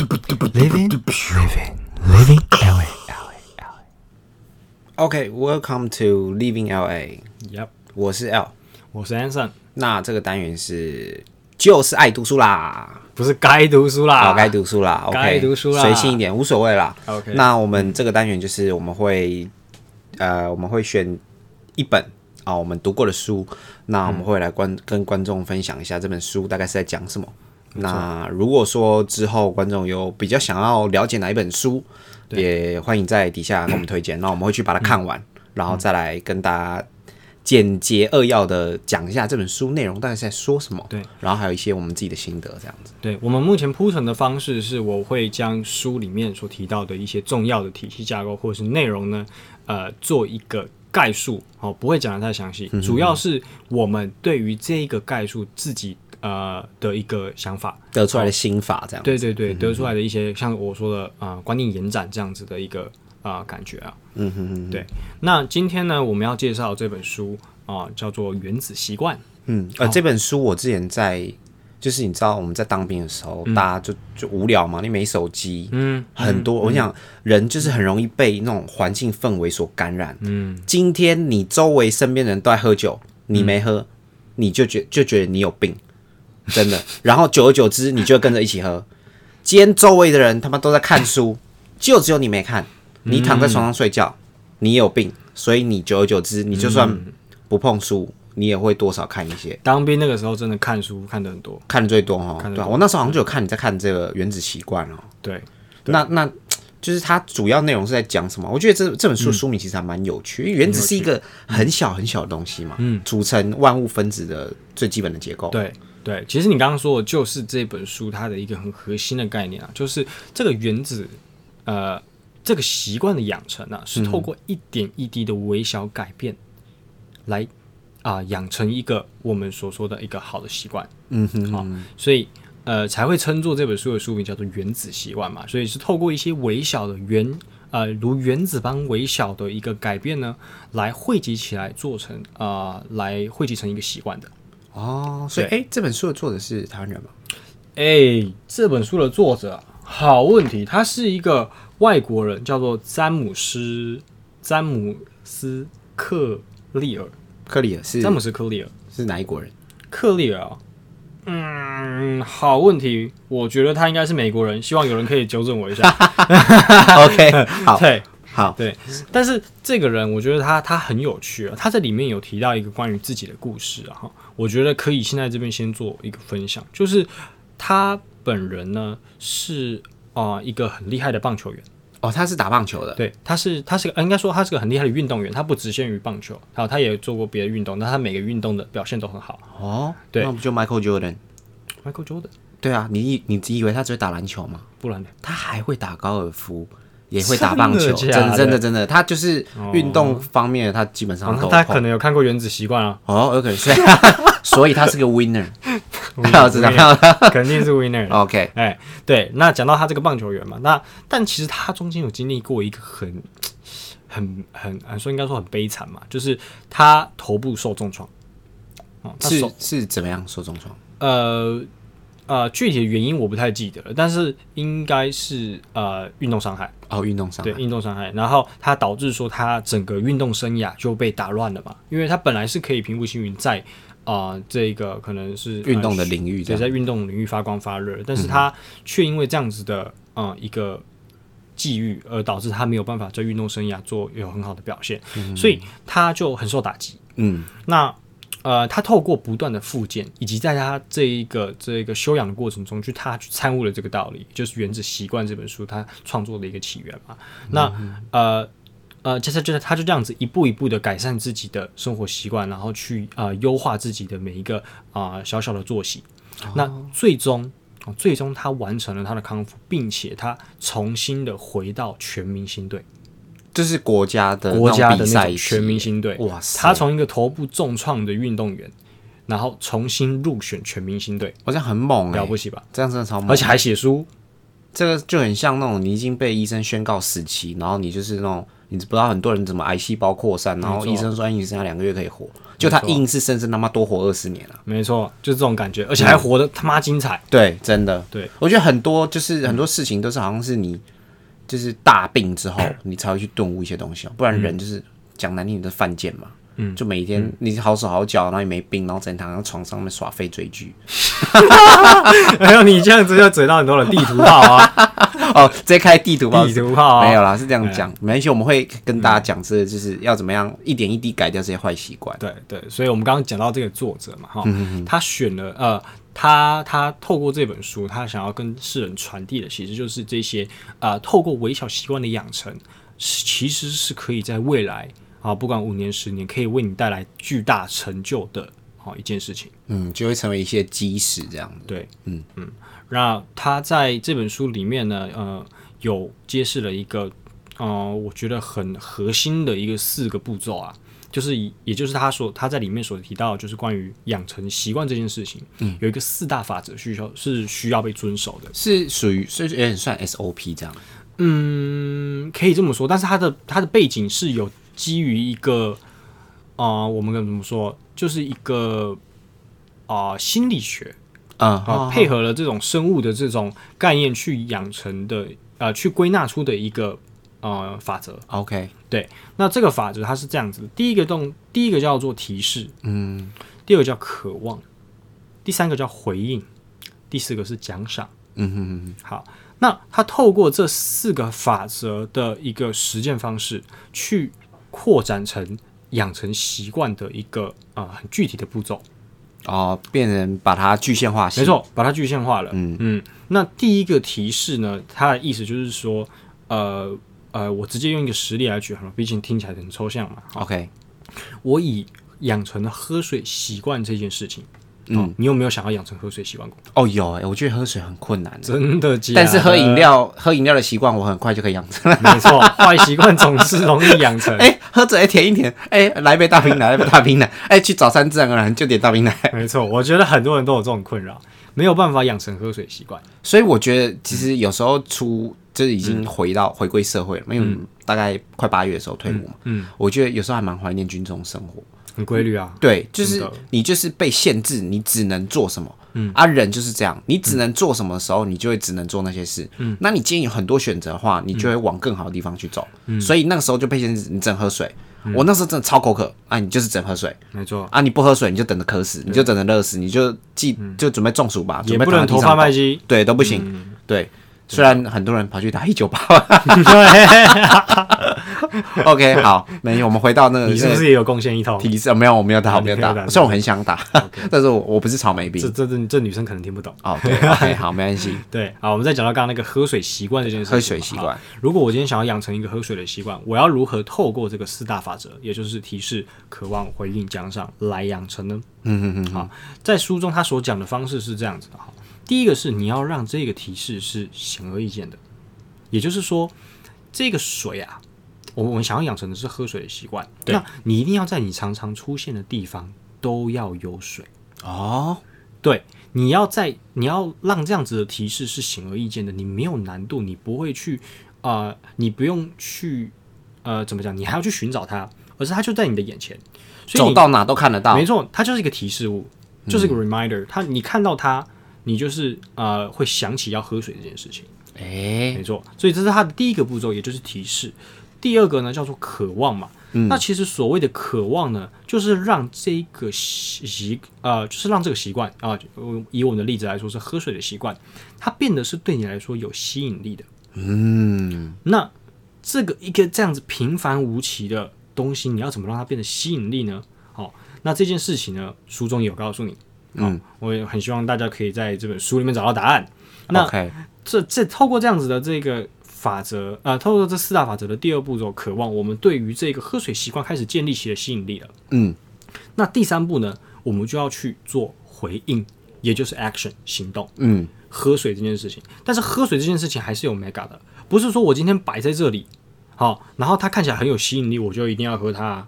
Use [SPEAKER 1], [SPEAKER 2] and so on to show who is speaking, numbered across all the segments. [SPEAKER 1] Living, living, living LA, LA, LA.
[SPEAKER 2] OK, welcome to Living LA，
[SPEAKER 3] Yep，
[SPEAKER 2] 我是 L。
[SPEAKER 3] 我是 Anson，
[SPEAKER 2] 那这个单元是就是爱读书啦，
[SPEAKER 3] 不是该读书啦，
[SPEAKER 2] 啊，该读书啦，
[SPEAKER 3] 该
[SPEAKER 2] OK，
[SPEAKER 3] 读书啦
[SPEAKER 2] 随性一点，无所谓啦。
[SPEAKER 3] OK
[SPEAKER 2] 那我们这个单元就是我们会，呃，我们会选一本啊，我们读过的书，那我们会来
[SPEAKER 3] 嗯
[SPEAKER 2] 观跟观众分享一下这本书大概是在讲什么。那如果说之后观众有比较想要了解哪一本书，也欢迎在底下给我们推荐， 那我们会去把它看完，
[SPEAKER 3] 嗯
[SPEAKER 2] 然后再来跟大家简洁扼要的讲一下这本书内容大概是在说什么，
[SPEAKER 3] 对，
[SPEAKER 2] 然后还有一些我们自己的心得这样子。
[SPEAKER 3] 对我们目前铺陈的方式是，我会将书里面所提到的一些重要的体系架构或者是内容呢，呃，做一个概述，哦，不会讲的太详细，
[SPEAKER 2] 嗯
[SPEAKER 3] 主要是我们对于这一个概述自己呃的一个想法，
[SPEAKER 2] 得出来的心法这样。
[SPEAKER 3] 对对对，得出来的一些像我说的啊、呃观念延展这样子的一个啊、呃感觉啊，
[SPEAKER 2] 嗯哼哼，
[SPEAKER 3] 对。那今天呢，我们要介绍这本书啊、叫做《原子习惯》。
[SPEAKER 2] 嗯，呃，这本书我之前在，就是你知道我们在当兵的时候，大家就就无聊嘛，你没手机，嗯，很多，我想人就是很容易被那种环境氛围所感染。嗯，今天你周围身边人都在喝酒，你没喝，你就觉就觉得你有病，真的。 然后久而久之，你就会跟着一起喝。今天周围的人他妈都在看书，就只有你没看，你躺在床上睡觉，你有病，所以你久而久之，你就算不碰书，你也会多少看一些。
[SPEAKER 3] 当兵那个时候真的看书看的很多，
[SPEAKER 2] 看的最多哈，
[SPEAKER 3] 看得
[SPEAKER 2] 对、啊，
[SPEAKER 3] 多
[SPEAKER 2] 我那时候好像就有看你在看这个《原子习惯》哦。
[SPEAKER 3] 对，
[SPEAKER 2] 那那就是它主要内容是在讲什么？我觉得这这本书
[SPEAKER 3] 嗯
[SPEAKER 2] 的书名其实还蛮有趣，因为原子是一个很小很小的东西嘛，嗯，组成万物分子的最基本的结构。，
[SPEAKER 3] 对对，其实你刚刚说的就是这本书它的一个很核心的概念啊，就是这个原子，呃，这个习惯的养成啊，
[SPEAKER 2] 嗯
[SPEAKER 3] 是透过一点一滴的微小改变来啊、养成一个我们所说的一个好的习惯。
[SPEAKER 2] 嗯哼，
[SPEAKER 3] 啊、所以呃才会称作这本书的书名叫做《原子习惯》嘛，所以是透过一些微小的原呃如原子般微小的一个改变呢，来汇集起来做成啊、呃来汇集成一个习惯的。
[SPEAKER 2] 哦，所以哎、这本书的作者是台湾人吗？
[SPEAKER 3] 哎、这本书的作者，好问题，他是一个外国人，叫做詹姆斯詹姆斯克利尔，
[SPEAKER 2] 克里尔是
[SPEAKER 3] 詹姆斯克利尔，
[SPEAKER 2] 是哪一国 人？
[SPEAKER 3] 克利尔啊，嗯，好问题，我觉得他应该是美国人，希望有人可以纠正我一下。
[SPEAKER 2] OK，好
[SPEAKER 3] 对
[SPEAKER 2] 好，
[SPEAKER 3] 对，但是这个人，我觉得他他很有趣啊，他在里面有提到一个关于自己的故事啊，哈我觉得可以现在这边先做一个分享，就是他本人呢是啊、呃一个很厉害的棒球员，
[SPEAKER 2] 哦，他是打棒球的，
[SPEAKER 3] 对，他是他是个、呃应该说他是个很厉害的运动员，他不只限于棒球，然后他也做过别的运动，但他每个运动的表现都很好。
[SPEAKER 2] 哦，
[SPEAKER 3] 对
[SPEAKER 2] 那不就 Michael Jordan？
[SPEAKER 3] Michael Jordan，
[SPEAKER 2] 对啊，你以你只以为他只会打篮球吗？
[SPEAKER 3] 不然呢？
[SPEAKER 2] 他还会打高尔夫，也会打棒球，
[SPEAKER 3] 真
[SPEAKER 2] 真
[SPEAKER 3] 的假的
[SPEAKER 2] 真的真的，他就是运动方面，他基本上
[SPEAKER 3] 哦
[SPEAKER 2] 都
[SPEAKER 3] 他
[SPEAKER 2] 有
[SPEAKER 3] 可
[SPEAKER 2] 碰。
[SPEAKER 3] 能有看过《原子习惯》啊，
[SPEAKER 2] 哦， 有可能是，所以他是个 winner，我知道。
[SPEAKER 3] 肯定是 winner 的。
[SPEAKER 2] OK，
[SPEAKER 3] 哎，对，那讲到他这个棒球员嘛，那但其实他中间有经历过一个很、很、很，很说应该说很悲惨嘛，就是他头部受重创，哦，他
[SPEAKER 2] 是
[SPEAKER 3] 手
[SPEAKER 2] 是怎么样说中创？
[SPEAKER 3] 呃呃，具体的原因我不太记得了，但是应该是呃运动伤害，
[SPEAKER 2] 哦，运动伤
[SPEAKER 3] 对，
[SPEAKER 2] 害。
[SPEAKER 3] 运动伤害，然后他导致说他整个运动生涯就被打乱了嘛，因为他本来是可以平步青云在啊、呃这个可能是呃
[SPEAKER 2] 运动的领域这
[SPEAKER 3] 对，
[SPEAKER 2] 样嗯
[SPEAKER 3] 在运动领域发光发热，但是他却因为这样子的呃一个际遇，而导致他没有办法在运动生涯做有很好的表现，所以他就很受打击。
[SPEAKER 2] 嗯，
[SPEAKER 3] 那呃，他透过不断的复健，以及在他这一个这一个修养的过程中，去他去参悟了这个道理，就是《原子习惯》这本书他创作的一个起源嘛。那呃呃，就是就是他就这样子一步一步的改善自己的生活习惯，然后去呃优化自己的每一个啊、呃小小的作息。那最终。哦最终，他完成了他的康复，并且他重新的回到全明星队。
[SPEAKER 2] 就是国家的
[SPEAKER 3] 国家
[SPEAKER 2] 那
[SPEAKER 3] 的
[SPEAKER 2] 种比
[SPEAKER 3] 那
[SPEAKER 2] 赛
[SPEAKER 3] 种全明星队。
[SPEAKER 2] 哇塞
[SPEAKER 3] 他从一个头部重创的运动员，然后重新入选全明星队，
[SPEAKER 2] 好像很猛
[SPEAKER 3] 了
[SPEAKER 2] 哎
[SPEAKER 3] 不，起吧？
[SPEAKER 2] 这样真的超猛，
[SPEAKER 3] 而且还写书，
[SPEAKER 2] 这个就很像那种你已经被医生宣告死期，然后你就是那种你知不知道很多人怎么癌细胞扩散，然后医生说哎你剩下两个月可以活，就他硬是生生他妈多活二十年啊！
[SPEAKER 3] 没错，就是这种感觉，而
[SPEAKER 2] 嗯
[SPEAKER 3] 且还活得他妈精彩。
[SPEAKER 2] 对，嗯真的，
[SPEAKER 3] 对，
[SPEAKER 2] 我觉得很多就是很多事情都是好像是你就是大病之后，你才会去顿悟一些东西哦，不然人就是讲难听点，就是犯贱嘛。嗯，就每天你好手好脚，然后也没病，然后整天躺在床上面耍废追 剧，
[SPEAKER 3] 还有哎你这样子就嘴到很多人地图炮啊，
[SPEAKER 2] 哦，直接开地图哦哎吧，
[SPEAKER 3] 地图炮啊，
[SPEAKER 2] 没有啦，是这样讲，没关系，我们会跟大家讲，这就是要怎么样一点一滴改掉这些坏习惯。
[SPEAKER 3] 对对，所以我们刚刚讲到这个作者嘛，哈，他选了呃，他他透过这本书，他想要跟世人传递的，其实就是这些啊、呃透过微小习惯的养成，是其实是可以在未来啊，不管五年十年，可以为你带来巨大成就的，好、一件事情。
[SPEAKER 2] 嗯，就会成为一些基石这样子。
[SPEAKER 3] 对，嗯嗯。那他在这本书里面呢，呃，有揭示了一个，呃，我觉得很核心的一个四个步骤啊，就是以也就是他所他在里面所提到，就是关于养成习惯这件事情，嗯，有一个四大法则需要是需要被遵守的，
[SPEAKER 2] 是属于，所以有点算 SOP 这样。
[SPEAKER 3] 嗯，可以这么说，但是它的它的背景是有基于一个，啊、我们该怎么说，就是一个啊、心理学，
[SPEAKER 2] 啊、
[SPEAKER 3] 啊，配合了这种生物的这种概念去养成的，呃，去归纳出的一个呃法则。
[SPEAKER 2] o k
[SPEAKER 3] 对，那这个法则它是这样子的：第一个动，第一个叫做提示，嗯，第二个叫渴望，第三个叫回应，第四个是奖赏。
[SPEAKER 2] 嗯哼哼哼，
[SPEAKER 3] 好，那他透过这四个法则的一个实践方式，去扩展成养成习惯的一个啊、呃很具体的步骤。
[SPEAKER 2] 哦，变成把它具现化型。
[SPEAKER 3] 没，错，把它具象化了。嗯嗯，那第一个提示呢，它的意思就是说，呃呃，我直接用一个实例来举好了，毕竟听起来很抽象嘛。
[SPEAKER 2] OK，
[SPEAKER 3] 我以养成喝水习惯这件事情，
[SPEAKER 2] 嗯
[SPEAKER 3] 哦你有没有想要养成喝水习惯过？
[SPEAKER 2] 哦有哎、我觉得喝水很困难，欸
[SPEAKER 3] 真的假的，
[SPEAKER 2] 嗯但是喝饮料喝饮料的习惯我很快就可以养成。
[SPEAKER 3] 没 错，坏习惯总是容易养成。
[SPEAKER 2] 哎、喝水哎舔一舔，哎、来杯大冰奶，来杯大冰奶，哎、去早餐自然而然就点大冰奶。
[SPEAKER 3] 没错，我觉得很多人都有这种困扰，没有办法养成喝水习惯。
[SPEAKER 2] 所以我觉得其实有时候出就是已
[SPEAKER 3] 嗯
[SPEAKER 2] 经回到回归社会了嘛，因为我们大概快八月的时候退伍嘛，
[SPEAKER 3] 嗯，
[SPEAKER 2] 我觉得有时候还蛮怀念军中生活。
[SPEAKER 3] 很规律啊，
[SPEAKER 2] 对，就是
[SPEAKER 3] 真的
[SPEAKER 2] 你就是被限制，你只能做什么。嗯啊，人就是这样，你只能做什么的时候，你就会只能做那些事。嗯，那你今天有很多选择的话，你就会往更好的地方去走。嗯，所以那个时候就被限制，你只能喝水。
[SPEAKER 3] 嗯
[SPEAKER 2] 我那时候真的超口渴啊，你就是只能喝水
[SPEAKER 3] 没错，
[SPEAKER 2] 啊，你不喝水你就等着渴死，你就等着热死，你就记就准备中暑吧，
[SPEAKER 3] 嗯也
[SPEAKER 2] 准备
[SPEAKER 3] 不
[SPEAKER 2] 躺
[SPEAKER 3] 能
[SPEAKER 2] 在地
[SPEAKER 3] 投
[SPEAKER 2] 上
[SPEAKER 3] 贩卖嗯
[SPEAKER 2] 抖
[SPEAKER 3] 机。
[SPEAKER 2] 对，都不行。对，虽然很多人跑去打一九八 ，OK，好，没，我们回到那个
[SPEAKER 3] 你是不是也有贡献 一通？
[SPEAKER 2] 提示？呃没有，我没有打，
[SPEAKER 3] 啊
[SPEAKER 2] 我没有
[SPEAKER 3] 你没有
[SPEAKER 2] 打
[SPEAKER 3] 打，
[SPEAKER 2] 虽然我很想打，但是我我不是草莓
[SPEAKER 3] 这
[SPEAKER 2] 兵。
[SPEAKER 3] 这这这女生可能听不懂。
[SPEAKER 2] 哦， 对，OK，好，没关系。
[SPEAKER 3] 对啊，我们再讲到刚刚那个喝水习惯这件事情。
[SPEAKER 2] 喝水习惯
[SPEAKER 3] 好，如果我今天想要养成一个喝水的习惯，我要如何透过这个四大法则，也就是提示、渴望、回应、奖赏来养成呢？
[SPEAKER 2] 嗯嗯嗯，
[SPEAKER 3] 好，在书中他所讲的方式是这样子的哈。第一个是你要让这个提示是显而易见的，也就是说，这个水啊，我我们想要养成的是喝水的习惯，
[SPEAKER 2] 对
[SPEAKER 3] 那你一定要在你常常出现的地方都要有水。
[SPEAKER 2] 哦，
[SPEAKER 3] 对，你要在你要让这样子的提示是显而易见的，你没有难度，你不会去呃，你不用去呃怎么讲，你还要去寻找它，而是它就在你的眼前，所以
[SPEAKER 2] 走
[SPEAKER 3] 你嗯
[SPEAKER 2] 到哪都看得到
[SPEAKER 3] 没。错，它就是一个提示物，就是一个 reminder、它你看到它，你就是呃会想起要喝水这件事情。
[SPEAKER 2] 哎
[SPEAKER 3] 没，错，所以这是它的第一个步骤，也就是提示。第二个呢叫做渴望嘛。那其实所谓的渴望呢，就是让这个习呃，就是让这个习惯啊、呃以我们的例子来说是喝水的习惯，它变得是对你来说有吸引力的。
[SPEAKER 2] 嗯，
[SPEAKER 3] 那这个一个这样子平凡无奇的东西，你要怎么让它变得吸引力呢？好、那这件事情呢，书中也有告诉你。嗯，我也很希望大家可以在这本书里面找到答案。那
[SPEAKER 2] OK，
[SPEAKER 3] 这这透过这样子的这个法则，呃，透过这四大法则的第二步骤，渴望我们对于这个喝水习惯开始建立起了吸引力了。
[SPEAKER 2] 嗯，
[SPEAKER 3] 那第三步呢，我们就要去做回应，也就是 action 行动。
[SPEAKER 2] 嗯，
[SPEAKER 3] 喝水这件事情，但是喝水这件事情还是有 mega 的，不是说我今天摆在这里，好、然后它看起来很有吸引力，我就一定要喝它啊、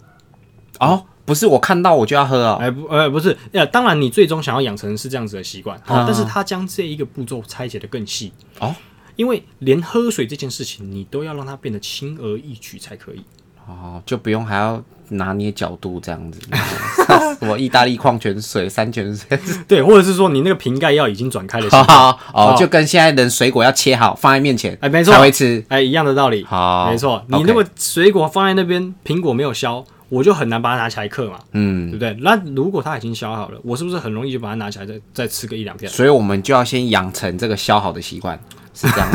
[SPEAKER 2] 哦，不是我看到我就要喝哦。
[SPEAKER 3] 哎不，呃，不是，呃，当啊然你最终想要养成是这样子的习惯，好、但是他将这一个步骤拆解的更细
[SPEAKER 2] 哦，
[SPEAKER 3] 因为连喝水这件事情，你都要让它变得轻而易举才可以。
[SPEAKER 2] 哦，就不用还要拿捏角度这样子， 什么意大利矿泉水、山泉水，
[SPEAKER 3] 对，或者是说你那个瓶盖要已经转开了，
[SPEAKER 2] 哦哦，就跟现在人水果要切好放在面前，
[SPEAKER 3] 哎没错
[SPEAKER 2] 才会吃。
[SPEAKER 3] 哎，一样的道理。
[SPEAKER 2] 好
[SPEAKER 3] 没错，
[SPEAKER 2] OK
[SPEAKER 3] 你如果水果放在那边，苹果没有削，我就很难把它拿起来嗑嘛，对
[SPEAKER 2] 嗯，
[SPEAKER 3] 不对？那如果它已经削好了，我是不是很容易就把它拿起来再再吃个一两片？
[SPEAKER 2] 所以我们就要先养成这个消好的习惯，是这样。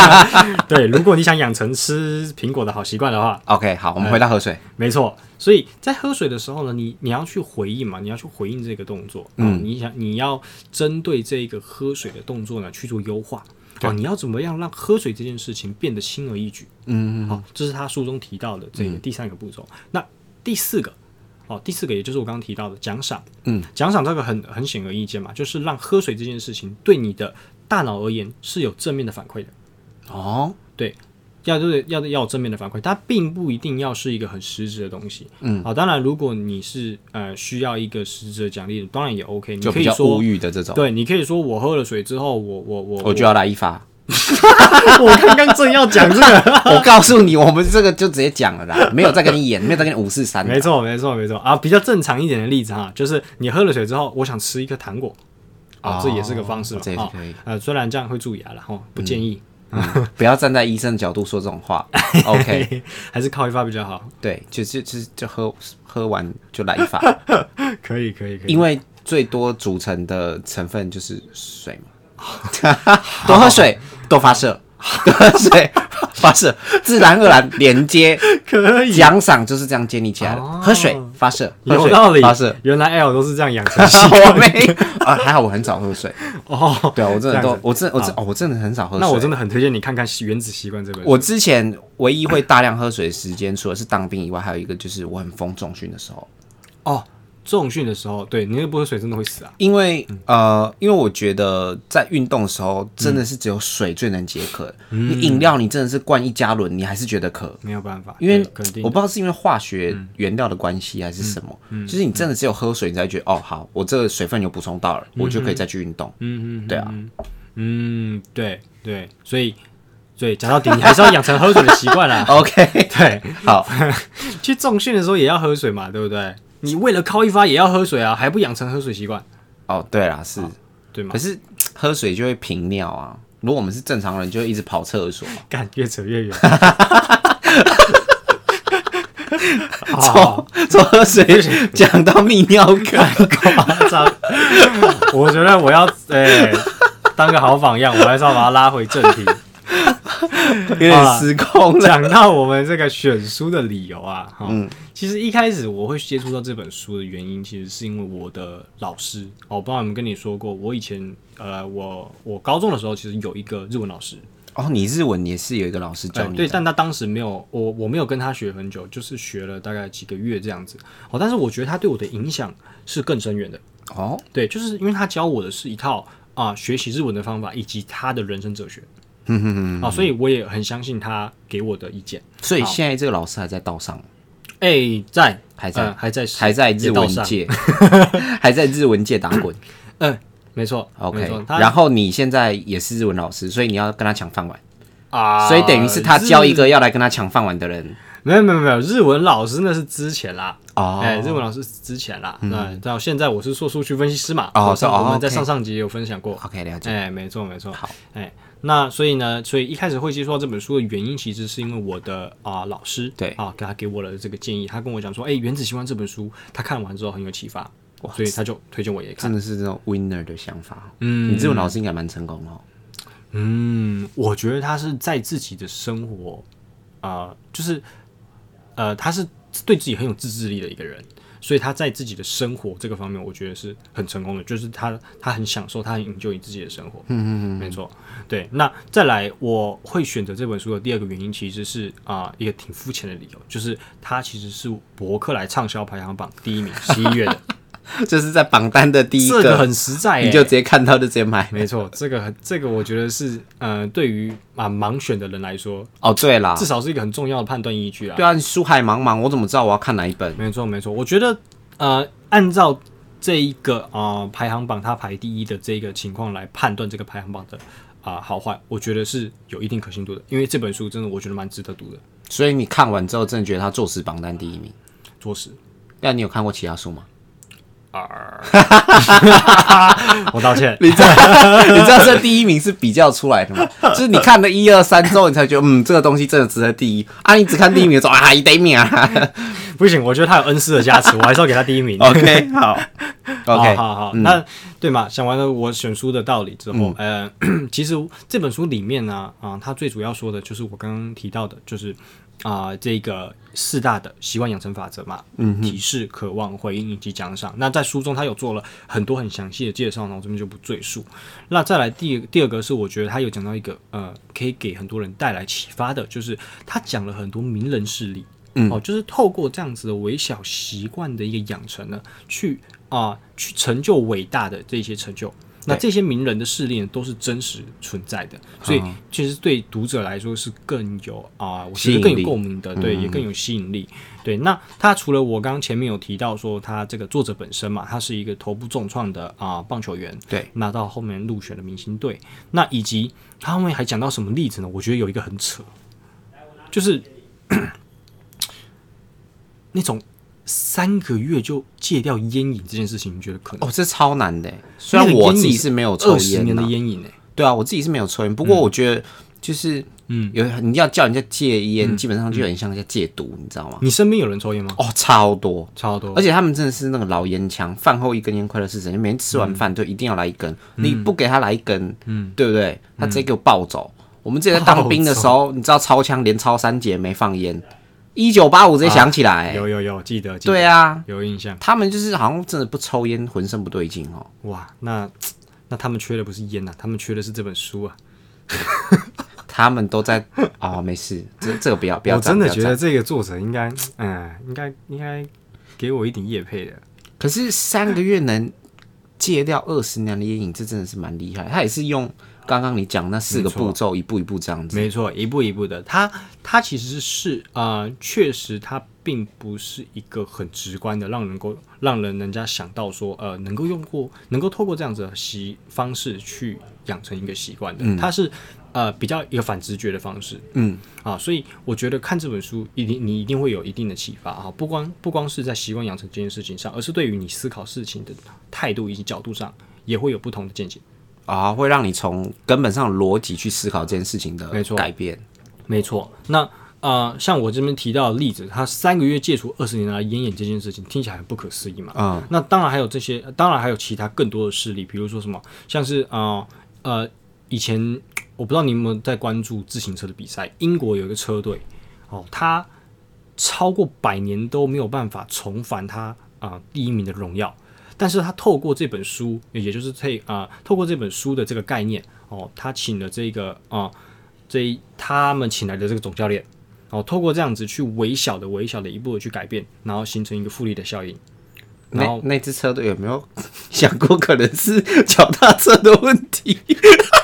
[SPEAKER 3] 对，如果你想养成吃苹果的好习惯的话，
[SPEAKER 2] OK，好，我们回到喝水。
[SPEAKER 3] 没错，所以在喝水的时候呢，你你要去回应嘛，你要去回应这个动作，嗯，你想你要针对这个喝水的动作呢去做优化，哦，你要怎么样让喝水这件事情变得轻而易举？嗯，好、这是他书中提到的这个第三个步骤。那第四个，哦，第四个也就是我刚刚提到的奖赏，嗯，奖赏这个很很显而易见嘛，就是让喝水这件事情对你的大脑而言是有正面的反馈的。
[SPEAKER 2] 哦，
[SPEAKER 3] 对，要就是要要有正面的反馈，它并不一定要是一个很实质的东西。嗯，好，当然如果你是呃需要一个实质的奖励，当然也 OK，你
[SPEAKER 2] 就
[SPEAKER 3] 可
[SPEAKER 2] 比
[SPEAKER 3] 以
[SPEAKER 2] 较
[SPEAKER 3] 说
[SPEAKER 2] 物。欲的这种，
[SPEAKER 3] 对，你可以说我喝了水之后，我我我
[SPEAKER 2] 我就要来一发。
[SPEAKER 3] 我刚刚正要讲 这个，
[SPEAKER 2] 我告诉你，我们这个就直接讲了啦， 没有再跟你演，没有再跟你五四三。
[SPEAKER 3] 没，错没错没错啊，比较正常一点的例子哈，就是你喝了水之后，我想吃一颗糖果，啊，
[SPEAKER 2] 哦
[SPEAKER 3] 这也是个方式嘛，
[SPEAKER 2] 这也是
[SPEAKER 3] 啊
[SPEAKER 2] 可以
[SPEAKER 3] 呃，虽然这样会蛀牙了哈，不建议，
[SPEAKER 2] 不要站在医生的角度说这种 话。OK，嗯
[SPEAKER 3] 还是靠一发比较好。
[SPEAKER 2] 对，就就就就喝喝完就来一发，
[SPEAKER 3] 可以可以可以，
[SPEAKER 2] 因为最多组成的成分就是水嘛，多喝水，多发射，多喝 水，发射，自然而然连接。
[SPEAKER 3] 可以
[SPEAKER 2] 奖赏就是这样建立起来的，
[SPEAKER 3] 哦
[SPEAKER 2] 喝水发射，喝
[SPEAKER 3] 有
[SPEAKER 2] 水
[SPEAKER 3] 道理
[SPEAKER 2] 发 射。，
[SPEAKER 3] 原来 L 都是这样养成习
[SPEAKER 2] 我 没啊，还好我很少喝水。
[SPEAKER 3] 哦，
[SPEAKER 2] 对啊，我真的
[SPEAKER 3] 这样
[SPEAKER 2] 都
[SPEAKER 3] 子，
[SPEAKER 2] 我真我真哦，我真的很少喝水。
[SPEAKER 3] 那我真的很推荐你看看《原子习惯》这本书。
[SPEAKER 2] 我之前唯一会大量喝水的时间，除了是当兵以外，还有一个就是我很疯重训的时候，
[SPEAKER 3] 哦，重训的时候，对你那个不喝水真的会死啊！
[SPEAKER 2] 因为、呃，因为我觉得在运动的时候，真的是只有水最能解渴。
[SPEAKER 3] 嗯
[SPEAKER 2] 你饮料你真的是灌一加仑，你还是觉得渴。
[SPEAKER 3] 没有办法，
[SPEAKER 2] 因为
[SPEAKER 3] 对肯定
[SPEAKER 2] 我不知道是因为化学原料的关系还是什么，
[SPEAKER 3] 嗯
[SPEAKER 2] 就是你真的只有喝水，你才觉得哦，好，我这个水分有补充到了，我就可以再去运动。
[SPEAKER 3] 嗯嗯嗯
[SPEAKER 2] 对啊，
[SPEAKER 3] 嗯，对对，所以对讲到底，你还是要养成喝水的习 惯
[SPEAKER 2] 哦
[SPEAKER 3] 啦。
[SPEAKER 2] OK，
[SPEAKER 3] 嗯 对，
[SPEAKER 2] 好，
[SPEAKER 3] 去重训的时候也要喝水嘛，对不对？你为了靠一发也要喝水啊，还不养成喝水习惯，
[SPEAKER 2] 哦，对啦，是，
[SPEAKER 3] 对吗
[SPEAKER 2] 可？是喝水就会频尿啊。如果我们是正常人，就会一直跑厕所啊嘛。
[SPEAKER 3] 干越扯 越远。好，
[SPEAKER 2] 从喝水讲到泌尿 科，
[SPEAKER 3] 夸张，我觉得我要哎、当个好榜样，我还是要把它拉回正题。
[SPEAKER 2] 有点失控了。
[SPEAKER 3] 讲到我们这个选书的理由啊，哈、其实一开始我会接触到这本书的原因，其实是因为我的老师，哦我不知道有没有跟你说过，我以前呃，我我高中的时候其实有一个日文老师，
[SPEAKER 2] 哦，你日文也是有一个老师教
[SPEAKER 3] 对
[SPEAKER 2] 你
[SPEAKER 3] 对，
[SPEAKER 2] 的，
[SPEAKER 3] 但他当时没有我，我没有跟他学很久，就是学了大概几个月这样子，哦，但是我觉得他对我的影响是更深远的，
[SPEAKER 2] 哦，
[SPEAKER 3] 对，就是因为他教我的是一套啊、学习日文的方法，以及他的人生哲学
[SPEAKER 2] 嗯哼哼，
[SPEAKER 3] 啊、所以我也很相信他给我的意见。
[SPEAKER 2] 所以现在这个老师还在道上，
[SPEAKER 3] 哎、在
[SPEAKER 2] 还在
[SPEAKER 3] 呃还在世
[SPEAKER 2] 还在日文，
[SPEAKER 3] 也
[SPEAKER 2] 界， 还在日文界打 滚。
[SPEAKER 3] 到上嗯、没错没
[SPEAKER 2] OK，
[SPEAKER 3] 错他
[SPEAKER 2] 然后你现在也是日文老师，所以你要跟他抢饭碗，
[SPEAKER 3] 啊，
[SPEAKER 2] 所以等于是他教一
[SPEAKER 3] 日，
[SPEAKER 2] 个要来跟他抢饭碗的人。
[SPEAKER 3] 没有没有没有，日文老师那是之前啦，
[SPEAKER 2] 哦嗯
[SPEAKER 3] 哎、日文老师是之前啦，那到现在我是做数据分析师嘛，
[SPEAKER 2] 哦
[SPEAKER 3] 我上
[SPEAKER 2] 是哦
[SPEAKER 3] 我们在
[SPEAKER 2] OK
[SPEAKER 3] 上上集也有分享过，
[SPEAKER 2] ，OK，了解。
[SPEAKER 3] 哎、没错没错。
[SPEAKER 2] 好，
[SPEAKER 3] 哎、那所以呢，所以一开始会接触到这本书的原因，其实是因为我的啊、老师
[SPEAKER 2] 对
[SPEAKER 3] 啊，给他给我了这个建议，他跟我讲说，哎、原子习惯》这本书，他看完之后很有启发，所以他就推荐我也看。
[SPEAKER 2] 真的是这种 winner 的想法。
[SPEAKER 3] 嗯
[SPEAKER 2] 你日文老师应该蛮成功的哦。
[SPEAKER 3] 嗯，我觉得他是在自己的生活，啊，就是呃，他是对自己很有自制力的一个人，所以他在自己的生活这个方面，我觉得是很成功的，就是他他很享受，他很享受自己的生活。嗯嗯嗯，没错。对，那再来，我会选择这本书的第二个原因，其实是啊、一个挺肤浅的理由，就是它其实是博客来畅销排行榜第一名，十一月的，
[SPEAKER 2] 就是在榜单的 第一
[SPEAKER 3] 这个很实在、欸，
[SPEAKER 2] 你就直接看到就直接买。
[SPEAKER 3] 没错，这个很这个我觉得是，呃，对于啊盲选的人来说，
[SPEAKER 2] 哦，对啦
[SPEAKER 3] 至，少是一个很重要的判断依据啊。
[SPEAKER 2] 对啊，你书海茫茫，我怎么知道我要看哪一本？
[SPEAKER 3] 没错没错，我觉得呃，按照这一个啊、呃排行榜它排第一的这个情况来判断这个排行榜的啊、好坏，我觉得是有一定可信度的，因为这本书真的我觉得蛮值得读的。
[SPEAKER 2] 所以你看完之后，真的觉得他作词榜单第一名。
[SPEAKER 3] 作死，
[SPEAKER 2] 那你有看过其他书吗？
[SPEAKER 3] 我道 歉。
[SPEAKER 2] 你知道这第一名是比较出来的吗？ 就是你看了一二三之后，你才觉得嗯，这个东西真的值得第一啊！你只看第一名的时候 啊，一得名啊。
[SPEAKER 3] 不行，我觉得他有恩师的加持，我还是要给他第一名。
[SPEAKER 2] OK，好，OK，
[SPEAKER 3] 好好好，那对嘛？讲完了我选书的道理之后，呃， 其实这本书里面呢，啊、它最主要说的就是我刚刚提到的，就是啊、这个四大的习惯养成法则嘛，嗯，提示、渴望、回应以及奖赏。那在书中他有做了很多很详细的介绍呢，我这边就不赘述。那再来第第二个是，我觉得他有讲到一个呃，可以给很多人带来启发的，就是他讲了很多名人事例。
[SPEAKER 2] 嗯
[SPEAKER 3] 哦，就是透过这样子的微小习惯的一个养成呢，去啊、去成就伟大的这些成就。那这些名人的事例呢，都是真实存在的，所以其实对读者来说是更有啊、我觉
[SPEAKER 2] 啊吸
[SPEAKER 3] 得
[SPEAKER 2] 引
[SPEAKER 3] 更有
[SPEAKER 2] 力嗯
[SPEAKER 3] 共鸣的，对，也更有吸引力。对，那他除了我刚刚前面有提到说，他这个作者本身嘛，他是一个头部重创的啊、棒球员，
[SPEAKER 2] 对，
[SPEAKER 3] 那到后面入选了明星队，那以及他后面还讲到什么例子呢？我觉得有一个很扯，就是 那种三个月就戒掉烟瘾这件事情，你觉得可能？
[SPEAKER 2] 哦，这超难的欸。虽然我自己是没有抽
[SPEAKER 3] 二十
[SPEAKER 2] 烟
[SPEAKER 3] 年
[SPEAKER 2] 的、
[SPEAKER 3] 的烟瘾欸诶，
[SPEAKER 2] 对啊，我自己是没有抽烟，不过我觉得就是，嗯，有你要叫人家戒烟，基本上就有点像人家戒毒，你知道吗？
[SPEAKER 3] 你身边有人抽烟吗？
[SPEAKER 2] 哦，超多，
[SPEAKER 3] 超多，
[SPEAKER 2] 而且他们真的是那个老烟枪，饭后一根烟快乐是神，每天吃完饭就一定要来一根，
[SPEAKER 3] 嗯
[SPEAKER 2] 你不给他来一根，对不对？他直接给我暴走。
[SPEAKER 3] 嗯
[SPEAKER 2] 我们之前在当兵的时候，你知道超枪连超三节没放烟，一九八五直接想起来、
[SPEAKER 3] 啊有有有，记得，记得
[SPEAKER 2] 对啊，
[SPEAKER 3] 有印象。
[SPEAKER 2] 他们就是好像真的不抽烟，浑身不对劲哦。
[SPEAKER 3] 哇，那那他们缺的不是烟呐、他们缺的是这本书啊。
[SPEAKER 2] 他们都在 啊、没事，这这个不要不要
[SPEAKER 3] 我
[SPEAKER 2] 这样
[SPEAKER 3] 真的
[SPEAKER 2] 不要
[SPEAKER 3] 觉
[SPEAKER 2] 这样
[SPEAKER 3] 得这个作者应该，嗯，应该应该给我一点叶配的。
[SPEAKER 2] 可是三个月能戒掉二十年的烟瘾，这真的是蛮厉害。他也是用刚刚你讲那四个
[SPEAKER 3] 没错
[SPEAKER 2] 步骤，一步一步这样子。
[SPEAKER 3] 没错，一步一步的，它它其实是呃，确实它并不是一个很直观的，让能够让人人家想到说，呃，能够用过，能够透过这样子的习方式去养成一个习惯的，它是呃比较一个反直觉的方式，
[SPEAKER 2] 嗯
[SPEAKER 3] 啊，所以我觉得看这本书一定你一定会有一定的启发啊，不光不光是在习惯养成这件事情上，而是对于你思考事情的态度以及角度上，也会有不同的见解。
[SPEAKER 2] 啊、会让你从根本上逻辑去思考这件事情的
[SPEAKER 3] 没错
[SPEAKER 2] 改变。
[SPEAKER 3] 没错，那呃，像我这边提到的例子，他三个月戒除二十年来烟瘾这件事情，听起来很不可思议嘛。
[SPEAKER 2] 嗯，
[SPEAKER 3] 那当然还有这些，当然还有其他更多的事例，比如说什么，像是呃呃，以前我不知道你有没有在关注自行车的比赛，英国有一个车队哦，他超过百年都没有办法重返他啊、第一名的荣耀。但是他透过这本书，也就是这啊、透过这本书的这个概念哦，他请了这个啊、这一他们请来的这个总教练哦，透过这样子去微小的、微小的一步的去改变，然后形成一个复利的 效应。然
[SPEAKER 2] 那
[SPEAKER 3] 后
[SPEAKER 2] 那支车队有没有 想过可能是脚踏车的问题？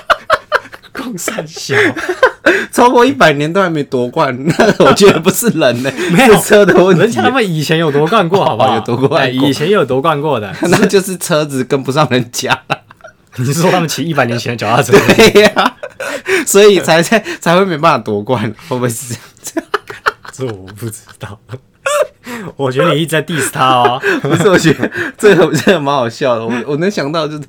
[SPEAKER 3] 共善小
[SPEAKER 2] 超过一百年都还没夺冠， 那我觉得不是人呢、
[SPEAKER 3] 没有
[SPEAKER 2] 是车的问
[SPEAKER 3] 人
[SPEAKER 2] 题
[SPEAKER 3] 家。他们以前哦有夺冠过，好不好？
[SPEAKER 2] 有夺冠过
[SPEAKER 3] 哎以前有夺冠过的。
[SPEAKER 2] 那就是车子跟不上人家了，
[SPEAKER 3] 你是说他们骑一百年前的脚踏车？
[SPEAKER 2] 对呀、所以才才才会没办法夺冠，会不会是这样？
[SPEAKER 3] 这我不知道。我觉得你一直在 diss 他 哦。
[SPEAKER 2] 不是，我觉得这个真的蛮好笑的。我我能想到就是，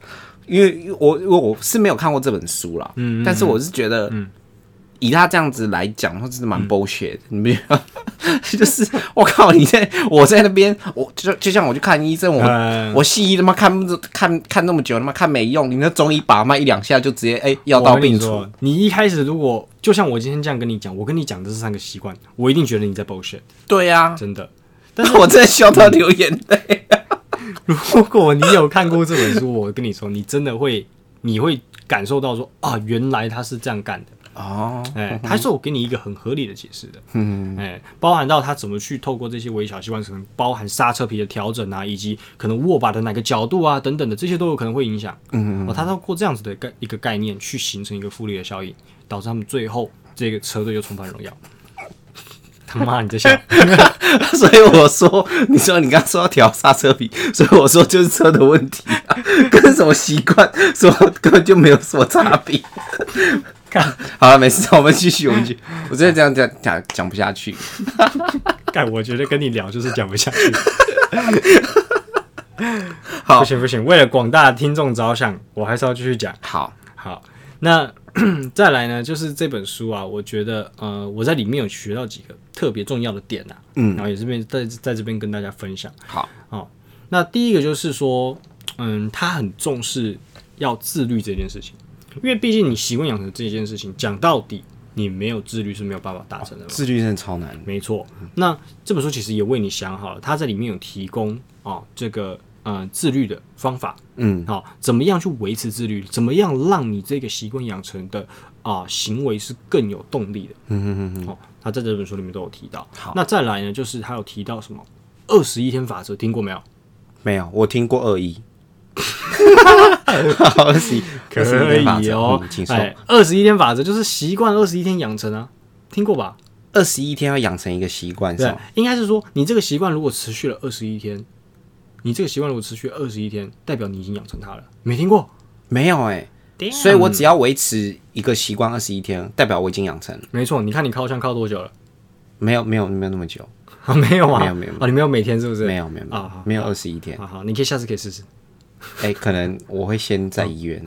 [SPEAKER 2] 因为因为我我我是没有看过这本书啦，
[SPEAKER 3] 嗯嗯嗯
[SPEAKER 2] 但是我是觉得，以他这样子来讲，他真的蛮 bullshit 的。你没有， 就是我靠，你在我在那边，我就就像我去看医生，我、
[SPEAKER 3] 嗯
[SPEAKER 2] 我西医他妈看不看看那么久，他妈看没用，你那中医把脉一两下就直接哎药到
[SPEAKER 3] 我跟
[SPEAKER 2] 病
[SPEAKER 3] 你
[SPEAKER 2] 除
[SPEAKER 3] 说，，你一开始如果就像我今天这样跟你讲，我跟你讲的这三个习惯，我一定觉得你在 bullshit，
[SPEAKER 2] 对呀、
[SPEAKER 3] 真的。
[SPEAKER 2] 但 是我真的笑到流眼泪。
[SPEAKER 3] 如果你有看过这本书，我跟你说，你真的会，你会感受到说啊，原来他是这样干的。
[SPEAKER 2] 哦，
[SPEAKER 3] 哎、他是有给你一个很合理的解释的，嗯，哎、包含到他怎么去透过这些微小习惯，可能包含刹车皮的调整啊，以及可能握把的哪个角度啊等等的，这些都有可能会影响，嗯哦，他透过这样子的概一个概念去形成一个复利的效应，导致他们最后这个车队又重返荣耀。他妈你在想
[SPEAKER 2] 所以我说，你说你刚刚说要调刹车皮，所以我说就是车的问题、啊， 跟什么习惯说根本就没有什么差别。 好了，没事，我们继续，我们继续。我真的这样讲讲讲不下去。
[SPEAKER 3] 干？我觉得跟你聊就是讲不下去。
[SPEAKER 2] 好
[SPEAKER 3] 不行不行，为了广大听众着想，我还是要继续讲。
[SPEAKER 2] 好，
[SPEAKER 3] 好，那 再来呢，就是这本书啊，我觉得呃，我在里面有学到几个特别重要的点啊，嗯，然后也这边在在这边跟大家分享。
[SPEAKER 2] 好，
[SPEAKER 3] 哦，那第一个就是说，嗯，他很重视要自律这件事情，因为毕竟你习惯养成这件事情，讲到底，你没有自律是没有办法达成的嘛。
[SPEAKER 2] 自律真的超难。
[SPEAKER 3] 没错，那这本书其实也为你想好了，它在里面有提供哦这个呃自律的方法，
[SPEAKER 2] 嗯，
[SPEAKER 3] 好、怎么样去维持自律？怎么样让你这个习惯养成的啊、行为是更有动力的？嗯嗯嗯。好、他在这本书里面都有提到。
[SPEAKER 2] 好
[SPEAKER 3] 那再来呢，就是他有提到什么二十一天法则，听过没有？
[SPEAKER 2] 没有，我听过二一。 好，二十一，二十一天法则
[SPEAKER 3] 哦
[SPEAKER 2] 嗯，请说。
[SPEAKER 3] 哎，二十一天法则就是习惯二十一天养成啊，听过吧？
[SPEAKER 2] 二十一天要养成一个习惯，是
[SPEAKER 3] 对
[SPEAKER 2] 吗？，
[SPEAKER 3] 应该是说你这个习惯如果持续了二十一天，你这个习惯如果持续二十一天，代表你已经养成它了。没听过？
[SPEAKER 2] 没有哎、所以我只要维持一个习惯二十一天，代表我已经养成了。
[SPEAKER 3] 没错，你看你靠枪靠多久了？
[SPEAKER 2] 没有，没有，没有那么久，
[SPEAKER 3] 啊，没有啊，
[SPEAKER 2] 没有没有
[SPEAKER 3] 啊，你没有每天是不是？
[SPEAKER 2] 没有，没有，没
[SPEAKER 3] 啊
[SPEAKER 2] 有
[SPEAKER 3] 好，
[SPEAKER 2] 没有二十一天。
[SPEAKER 3] 好好，你可以下次可以试试。
[SPEAKER 2] 哎、可能我会先在医院。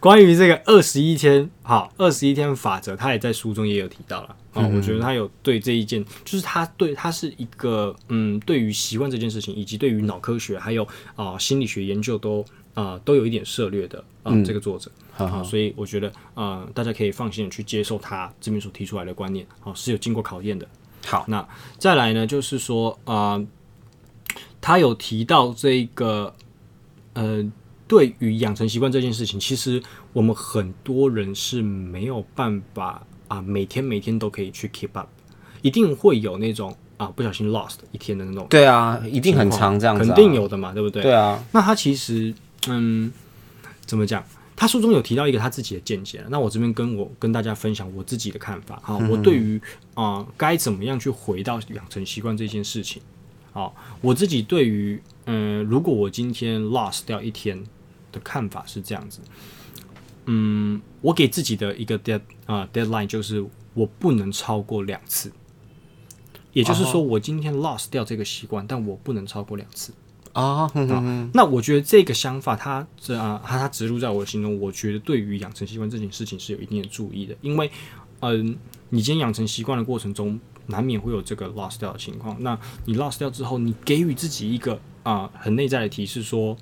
[SPEAKER 3] 关于这个二十一天，好，二十一天法则，他也在书中也有提到了。啊、
[SPEAKER 2] 嗯
[SPEAKER 3] 我觉得他有对这一件，就是他对他是一个嗯，对于习惯这件事情，以及对于脑科学还有啊、心理学研究都啊、都有一点涉略的啊、
[SPEAKER 2] 嗯
[SPEAKER 3] 这个作者。
[SPEAKER 2] 好好
[SPEAKER 3] 啊所以我觉得呃，大家可以放心的去接受他这本所提出来的观念，好、是有经过考验的。
[SPEAKER 2] 好，
[SPEAKER 3] 那再来呢，就是说啊、呃他有提到这个呃，对于养成习惯这件事情，其实我们很多人是没有办法啊、每天每天都可以去 keep up，一定会有那种啊、不小心 lost 一天的那种，，
[SPEAKER 2] 对啊，一定很长这样子、啊
[SPEAKER 3] 肯定。有的嘛，对不对？
[SPEAKER 2] 对啊，
[SPEAKER 3] 那他其实，嗯，怎么讲？他书中有提到一个他自己的见解，那我这边跟我跟大家分享我自己的看法哈、我对于啊、呃该怎么样去回到养成习惯这件事情，好、我自己对于嗯、如果我今天 lost 掉一天的看法是这样子，嗯，我给自己的一个 dead 啊、deadline 就是我不能超过两次，也就是说我今天 lost 掉这个习惯，但我不能超过两次。
[SPEAKER 2] 啊、哼哼哼
[SPEAKER 3] 那我觉得这个想法它，这啊，它它植入在我的心中，我觉得对于养成习惯这件事情是有一定的注意的，因为，嗯、你今天养成习惯的过程中，难免会有这个 lost 掉的情况。那你 lost 掉之后，你给予自己一个啊、很内在的提示说，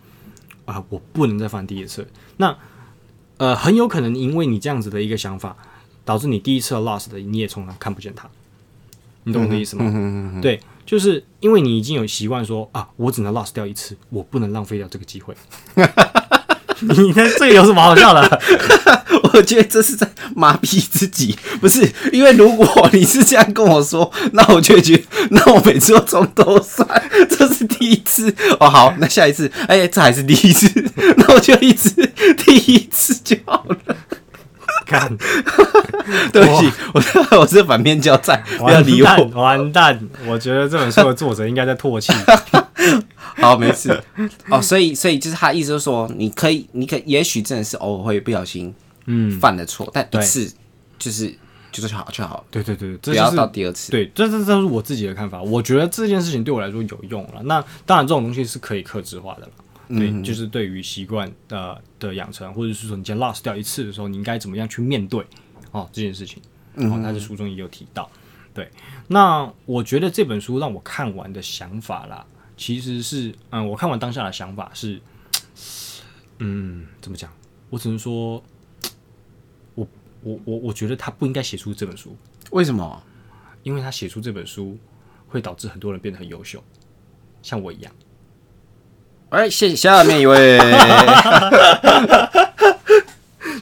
[SPEAKER 3] 啊、我不能再犯第一次。那呃，很有可能因为你这样子的一个想法，导致你第一次的 lost 的你也从来看不见它，你懂我的意思吗？对，就是因为你已经有习惯说啊，我只能 lost 掉一次，我不能浪费掉这个机 会。你看这个有什么好笑的？
[SPEAKER 2] 我觉得这是在麻痹自己，不是因为如果你是这样跟我说， 那我就会觉得，那我每次都从头算， 这是第一次哦，好，那下一次，哎、这还是第一次， 那我就一直 第一次就好了。
[SPEAKER 3] 看，
[SPEAKER 2] 对不起，我 我是反面教材，不要
[SPEAKER 3] 完
[SPEAKER 2] 理
[SPEAKER 3] 蛋，
[SPEAKER 2] 我。
[SPEAKER 3] 完蛋！我觉得这本书的作者应该在唾弃。
[SPEAKER 2] 好，没事。哦，所以所以就是他意思就是说，你可以，你可也许真的是偶尔会不小心，嗯，犯了错，但一
[SPEAKER 3] 对
[SPEAKER 2] 次就是就是就好就好了，
[SPEAKER 3] 对对对，这
[SPEAKER 2] 不
[SPEAKER 3] 就
[SPEAKER 2] 要
[SPEAKER 3] 是
[SPEAKER 2] 到第二次。
[SPEAKER 3] 对，这这这是我自己的看法。我觉得这件事情对我来说有用了。那当然，这种东西是可以克制化的了。对，
[SPEAKER 2] 嗯
[SPEAKER 3] 就是对于习惯的的养成，或者是说你今天 lost 掉一次的时候，你应该怎么样去面对哦这件事情。哦，
[SPEAKER 2] 嗯
[SPEAKER 3] 他在书中也有提到。对，那我觉得这本书让我看完的想法啦，其实是嗯，我看完当下的想法是，嗯，怎么讲？我只能说，我我我我觉得他不应该写出这本书。
[SPEAKER 2] 为什么？
[SPEAKER 3] 因为他写出这本书，会导致很多人变得很优秀，像我一样。
[SPEAKER 2] 哎，谢下面一 位，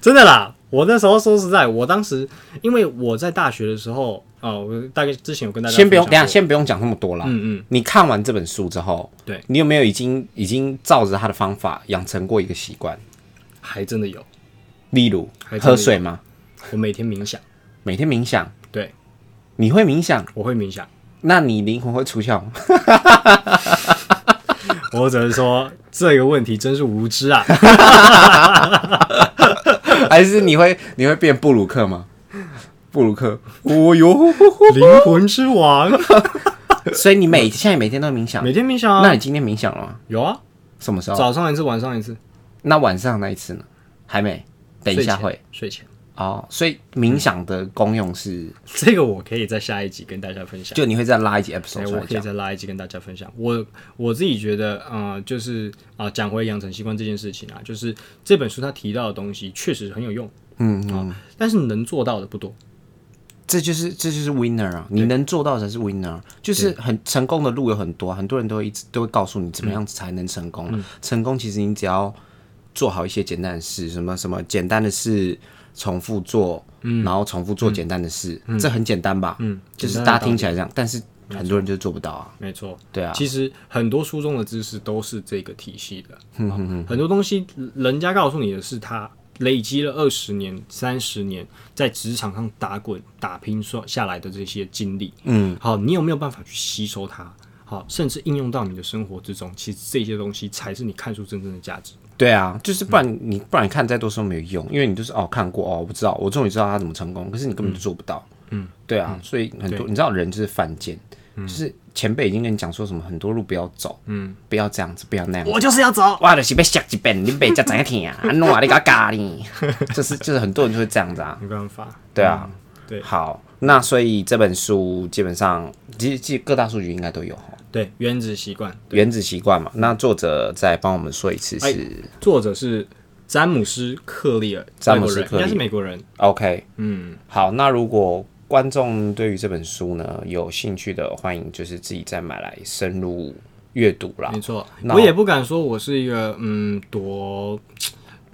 [SPEAKER 3] 真的啦，我那时候说实在，我当时因为我在大学的时候，啊，我大概之前有跟大家
[SPEAKER 2] 先不用，等一
[SPEAKER 3] 分享
[SPEAKER 2] 下
[SPEAKER 3] 过
[SPEAKER 2] 先不用讲那么多啦。
[SPEAKER 3] 嗯嗯，
[SPEAKER 2] 你看完这本书之后，
[SPEAKER 3] 对，
[SPEAKER 2] 你有没有已经已经照着他的方法养成过一个习惯？
[SPEAKER 3] 还真的有，
[SPEAKER 2] 例如
[SPEAKER 3] 还真的
[SPEAKER 2] 喝
[SPEAKER 3] 有
[SPEAKER 2] 水吗？
[SPEAKER 3] 我每天冥想，
[SPEAKER 2] 每天冥想，
[SPEAKER 3] 对，
[SPEAKER 2] 你会冥想，
[SPEAKER 3] 我会冥想，
[SPEAKER 2] 那你灵魂会出窍吗？
[SPEAKER 3] 我只能说这个问题真是无知啊。
[SPEAKER 2] 还是你会你会变布鲁克吗？布鲁克，哦哟，
[SPEAKER 3] 灵魂之王，
[SPEAKER 2] 所以你每现在每天都冥想，
[SPEAKER 3] 每天冥想
[SPEAKER 2] 那
[SPEAKER 3] 啊
[SPEAKER 2] 你，今天冥想了吗？
[SPEAKER 3] 有啊，
[SPEAKER 2] 什么时候？
[SPEAKER 3] 早上一次，晚上一次，
[SPEAKER 2] 那晚上那一次呢？还没，等一下
[SPEAKER 3] 睡前
[SPEAKER 2] 会
[SPEAKER 3] 睡前。
[SPEAKER 2] 哦。所以冥想的功用是，
[SPEAKER 3] 这个我可以在下一集跟大家分享。
[SPEAKER 2] 就你会再拉一集
[SPEAKER 3] 哎
[SPEAKER 2] episode 出
[SPEAKER 3] 我
[SPEAKER 2] 来
[SPEAKER 3] 可以
[SPEAKER 2] 讲。
[SPEAKER 3] 再拉一集跟大家分享。我我自己觉得，呃，就是啊，讲、回养成习惯这件事情啊，就是这本书它提到的东西确实很有用，
[SPEAKER 2] 嗯
[SPEAKER 3] 啊、但是能做到的不多。
[SPEAKER 2] 这就是这就是 winner 啊！你能做到才是 winner，就是啊很成功的路有很多，很多人都会一直都会告诉你怎么
[SPEAKER 3] 嗯
[SPEAKER 2] 样子才能成功。啊成功其实你只要做好一些简单的事，什么什么简单的事重复做，然后重复做简单的事，这很简单吧？
[SPEAKER 3] 嗯
[SPEAKER 2] 就是
[SPEAKER 3] 简单的
[SPEAKER 2] 大家
[SPEAKER 3] 道
[SPEAKER 2] 听起来这样，但是很多人就做不到啊。
[SPEAKER 3] 没错，
[SPEAKER 2] 对啊，
[SPEAKER 3] 其实很多书中的知识都是这个体系的，啊很多东西人家告诉你的是他累积了二十年、三十年在职场上打滚、打拼所下来的这些经历，
[SPEAKER 2] 嗯，
[SPEAKER 3] 好，你有没有办法去吸收它？好，甚至应用到你的生活之中，其实这些东西才是你看书真正的价值。
[SPEAKER 2] 对啊，就是不然你不然你看再多书没有用，因为你就是哦看过哦，我不知道，我终于知道他怎么成功，可是你根本就做不到。
[SPEAKER 3] 嗯，
[SPEAKER 2] 对啊，所以很多你知道人就是犯贱，就是前辈已经跟你讲说什么很多路不要走，嗯，不要这样子，不要那样子。
[SPEAKER 3] 我就是要走，
[SPEAKER 2] 哇，就是被吓一遍，你被这怎样 听啊？安诺啊，你给我嘎你，就是就是很多人就会这样子啊，
[SPEAKER 3] 没办法，
[SPEAKER 2] 对啊，
[SPEAKER 3] 嗯对
[SPEAKER 2] 好，那所以这本书基本上，其实其实各大数据应该都有哈，
[SPEAKER 3] 对，原子习惯，
[SPEAKER 2] 《原子习惯》嘛，那作者再帮我们说一次是、
[SPEAKER 3] 哎作者是詹姆斯·克利尔，
[SPEAKER 2] 詹
[SPEAKER 3] 外
[SPEAKER 2] 姆
[SPEAKER 3] 国
[SPEAKER 2] 斯
[SPEAKER 3] 人
[SPEAKER 2] 克利
[SPEAKER 3] 应该是
[SPEAKER 2] 尔
[SPEAKER 3] 美国人，
[SPEAKER 2] OK，
[SPEAKER 3] 嗯，
[SPEAKER 2] 好，那如果观众对于这本书呢有兴趣的，欢迎就是自己再买来深入阅读啦
[SPEAKER 3] 没。错，
[SPEAKER 2] 那
[SPEAKER 3] 我也不敢说我是一个嗯多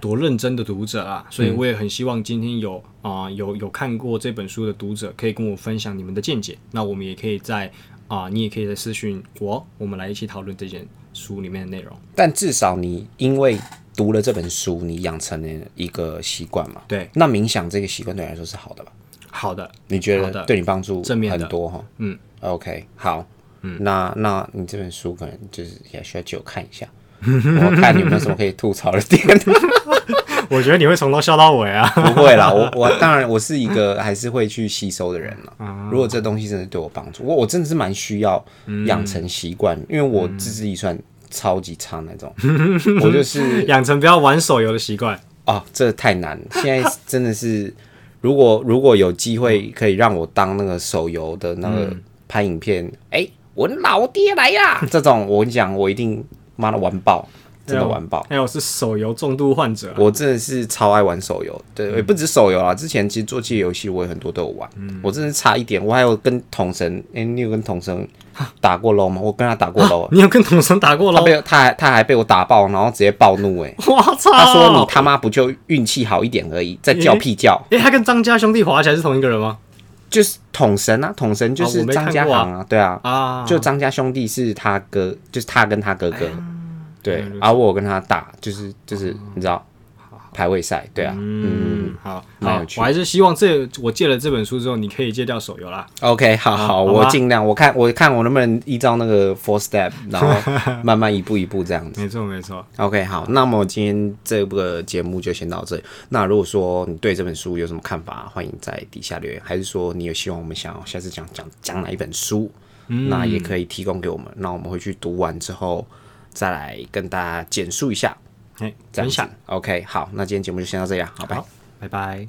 [SPEAKER 3] 多认真的读者啊，所以我也很希望今天有啊、有有看过这本书的读者可以跟我分享你们的见解，那我们也可以在啊、你也可以在私讯我，我们来一起讨论这件书里面的内容。
[SPEAKER 2] 但至少你因为读了这本书，你养成了一个习惯嘛。
[SPEAKER 3] 对，
[SPEAKER 2] 那冥想这个习惯对你来说是好的吧？
[SPEAKER 3] 好的，
[SPEAKER 2] 你觉
[SPEAKER 3] 好
[SPEAKER 2] 得
[SPEAKER 3] 的
[SPEAKER 2] 对你帮助
[SPEAKER 3] 正面的
[SPEAKER 2] 很多哈？
[SPEAKER 3] 嗯
[SPEAKER 2] ，OK，好，那那你这本书可能就是也需要借我看一下， 我看有没有什么可以吐槽的点。
[SPEAKER 3] 我觉得你会从头笑到尾啊。
[SPEAKER 2] 不会啦，我我当然我是一个还是会去吸收的人啦。如果这东西真的对我帮助，我我真的是蛮需要养成习惯，因为我自制力算超级差那种，我就是
[SPEAKER 3] 养成不要玩手游的习惯，
[SPEAKER 2] 啊，这太难了。现在真的是，如果如果有机会可以让我当那个手游的那个拍影片，哎、我老爹来啦！这种我跟你讲，我一定妈的完爆，真的完爆。
[SPEAKER 3] 哎，我是手游重度患者啊、
[SPEAKER 2] 我真的是超爱玩手游，
[SPEAKER 3] 嗯
[SPEAKER 2] 对，也不止手游啦。之前其实做机游戏我也很多都有玩，
[SPEAKER 3] 嗯
[SPEAKER 2] 我真的是差一点，我还有跟统神，哎、你有跟统神 打过 LO 吗？我跟他打过 LO，、
[SPEAKER 3] 你有跟童生打过
[SPEAKER 2] 他
[SPEAKER 3] 喽？
[SPEAKER 2] 被他还他还被我打爆，然后直接暴怒、哎，
[SPEAKER 3] 我操！
[SPEAKER 2] 他说你他妈不就运气好一点而已，在叫屁叫，
[SPEAKER 3] 哎、他跟张家兄弟划起来是同一个人吗？
[SPEAKER 2] 就是统神啊，统神就
[SPEAKER 3] 哦
[SPEAKER 2] 是
[SPEAKER 3] 我没
[SPEAKER 2] 张家
[SPEAKER 3] 看过啊
[SPEAKER 2] 行啊，对啊，
[SPEAKER 3] 啊，
[SPEAKER 2] 就张家兄弟是他哥，就是他跟他哥哥，对
[SPEAKER 3] 原来如，此哦
[SPEAKER 2] 啊，我有跟他打，就是就是你知道排位赛，对啊，嗯
[SPEAKER 3] 嗯，好，
[SPEAKER 2] 蛮
[SPEAKER 3] 好
[SPEAKER 2] 有，趣
[SPEAKER 3] 我还是希望这我借了这本书之后，你可以戒掉手游啦。
[SPEAKER 2] ，OK，好好，
[SPEAKER 3] 好吧
[SPEAKER 2] 我尽量，我看我看我能不能依照那个 four step，然后慢慢一步一步这样子。
[SPEAKER 3] 没错，没错，
[SPEAKER 2] OK，好，那么今天这个节目就先到这里。那如果说你对这本书有什么看法，欢迎在底下留言，还是说你有希望我们想要下次讲讲讲哪一本书，
[SPEAKER 3] 嗯
[SPEAKER 2] 那也可以提供给我们，那我们会去读完之后再来跟大家简述一下。
[SPEAKER 3] 哎，
[SPEAKER 2] 这样
[SPEAKER 3] 分
[SPEAKER 2] 子
[SPEAKER 3] 享，
[SPEAKER 2] OK，好，那今天节目就先到这里啊，好，拜。
[SPEAKER 3] 好，拜拜。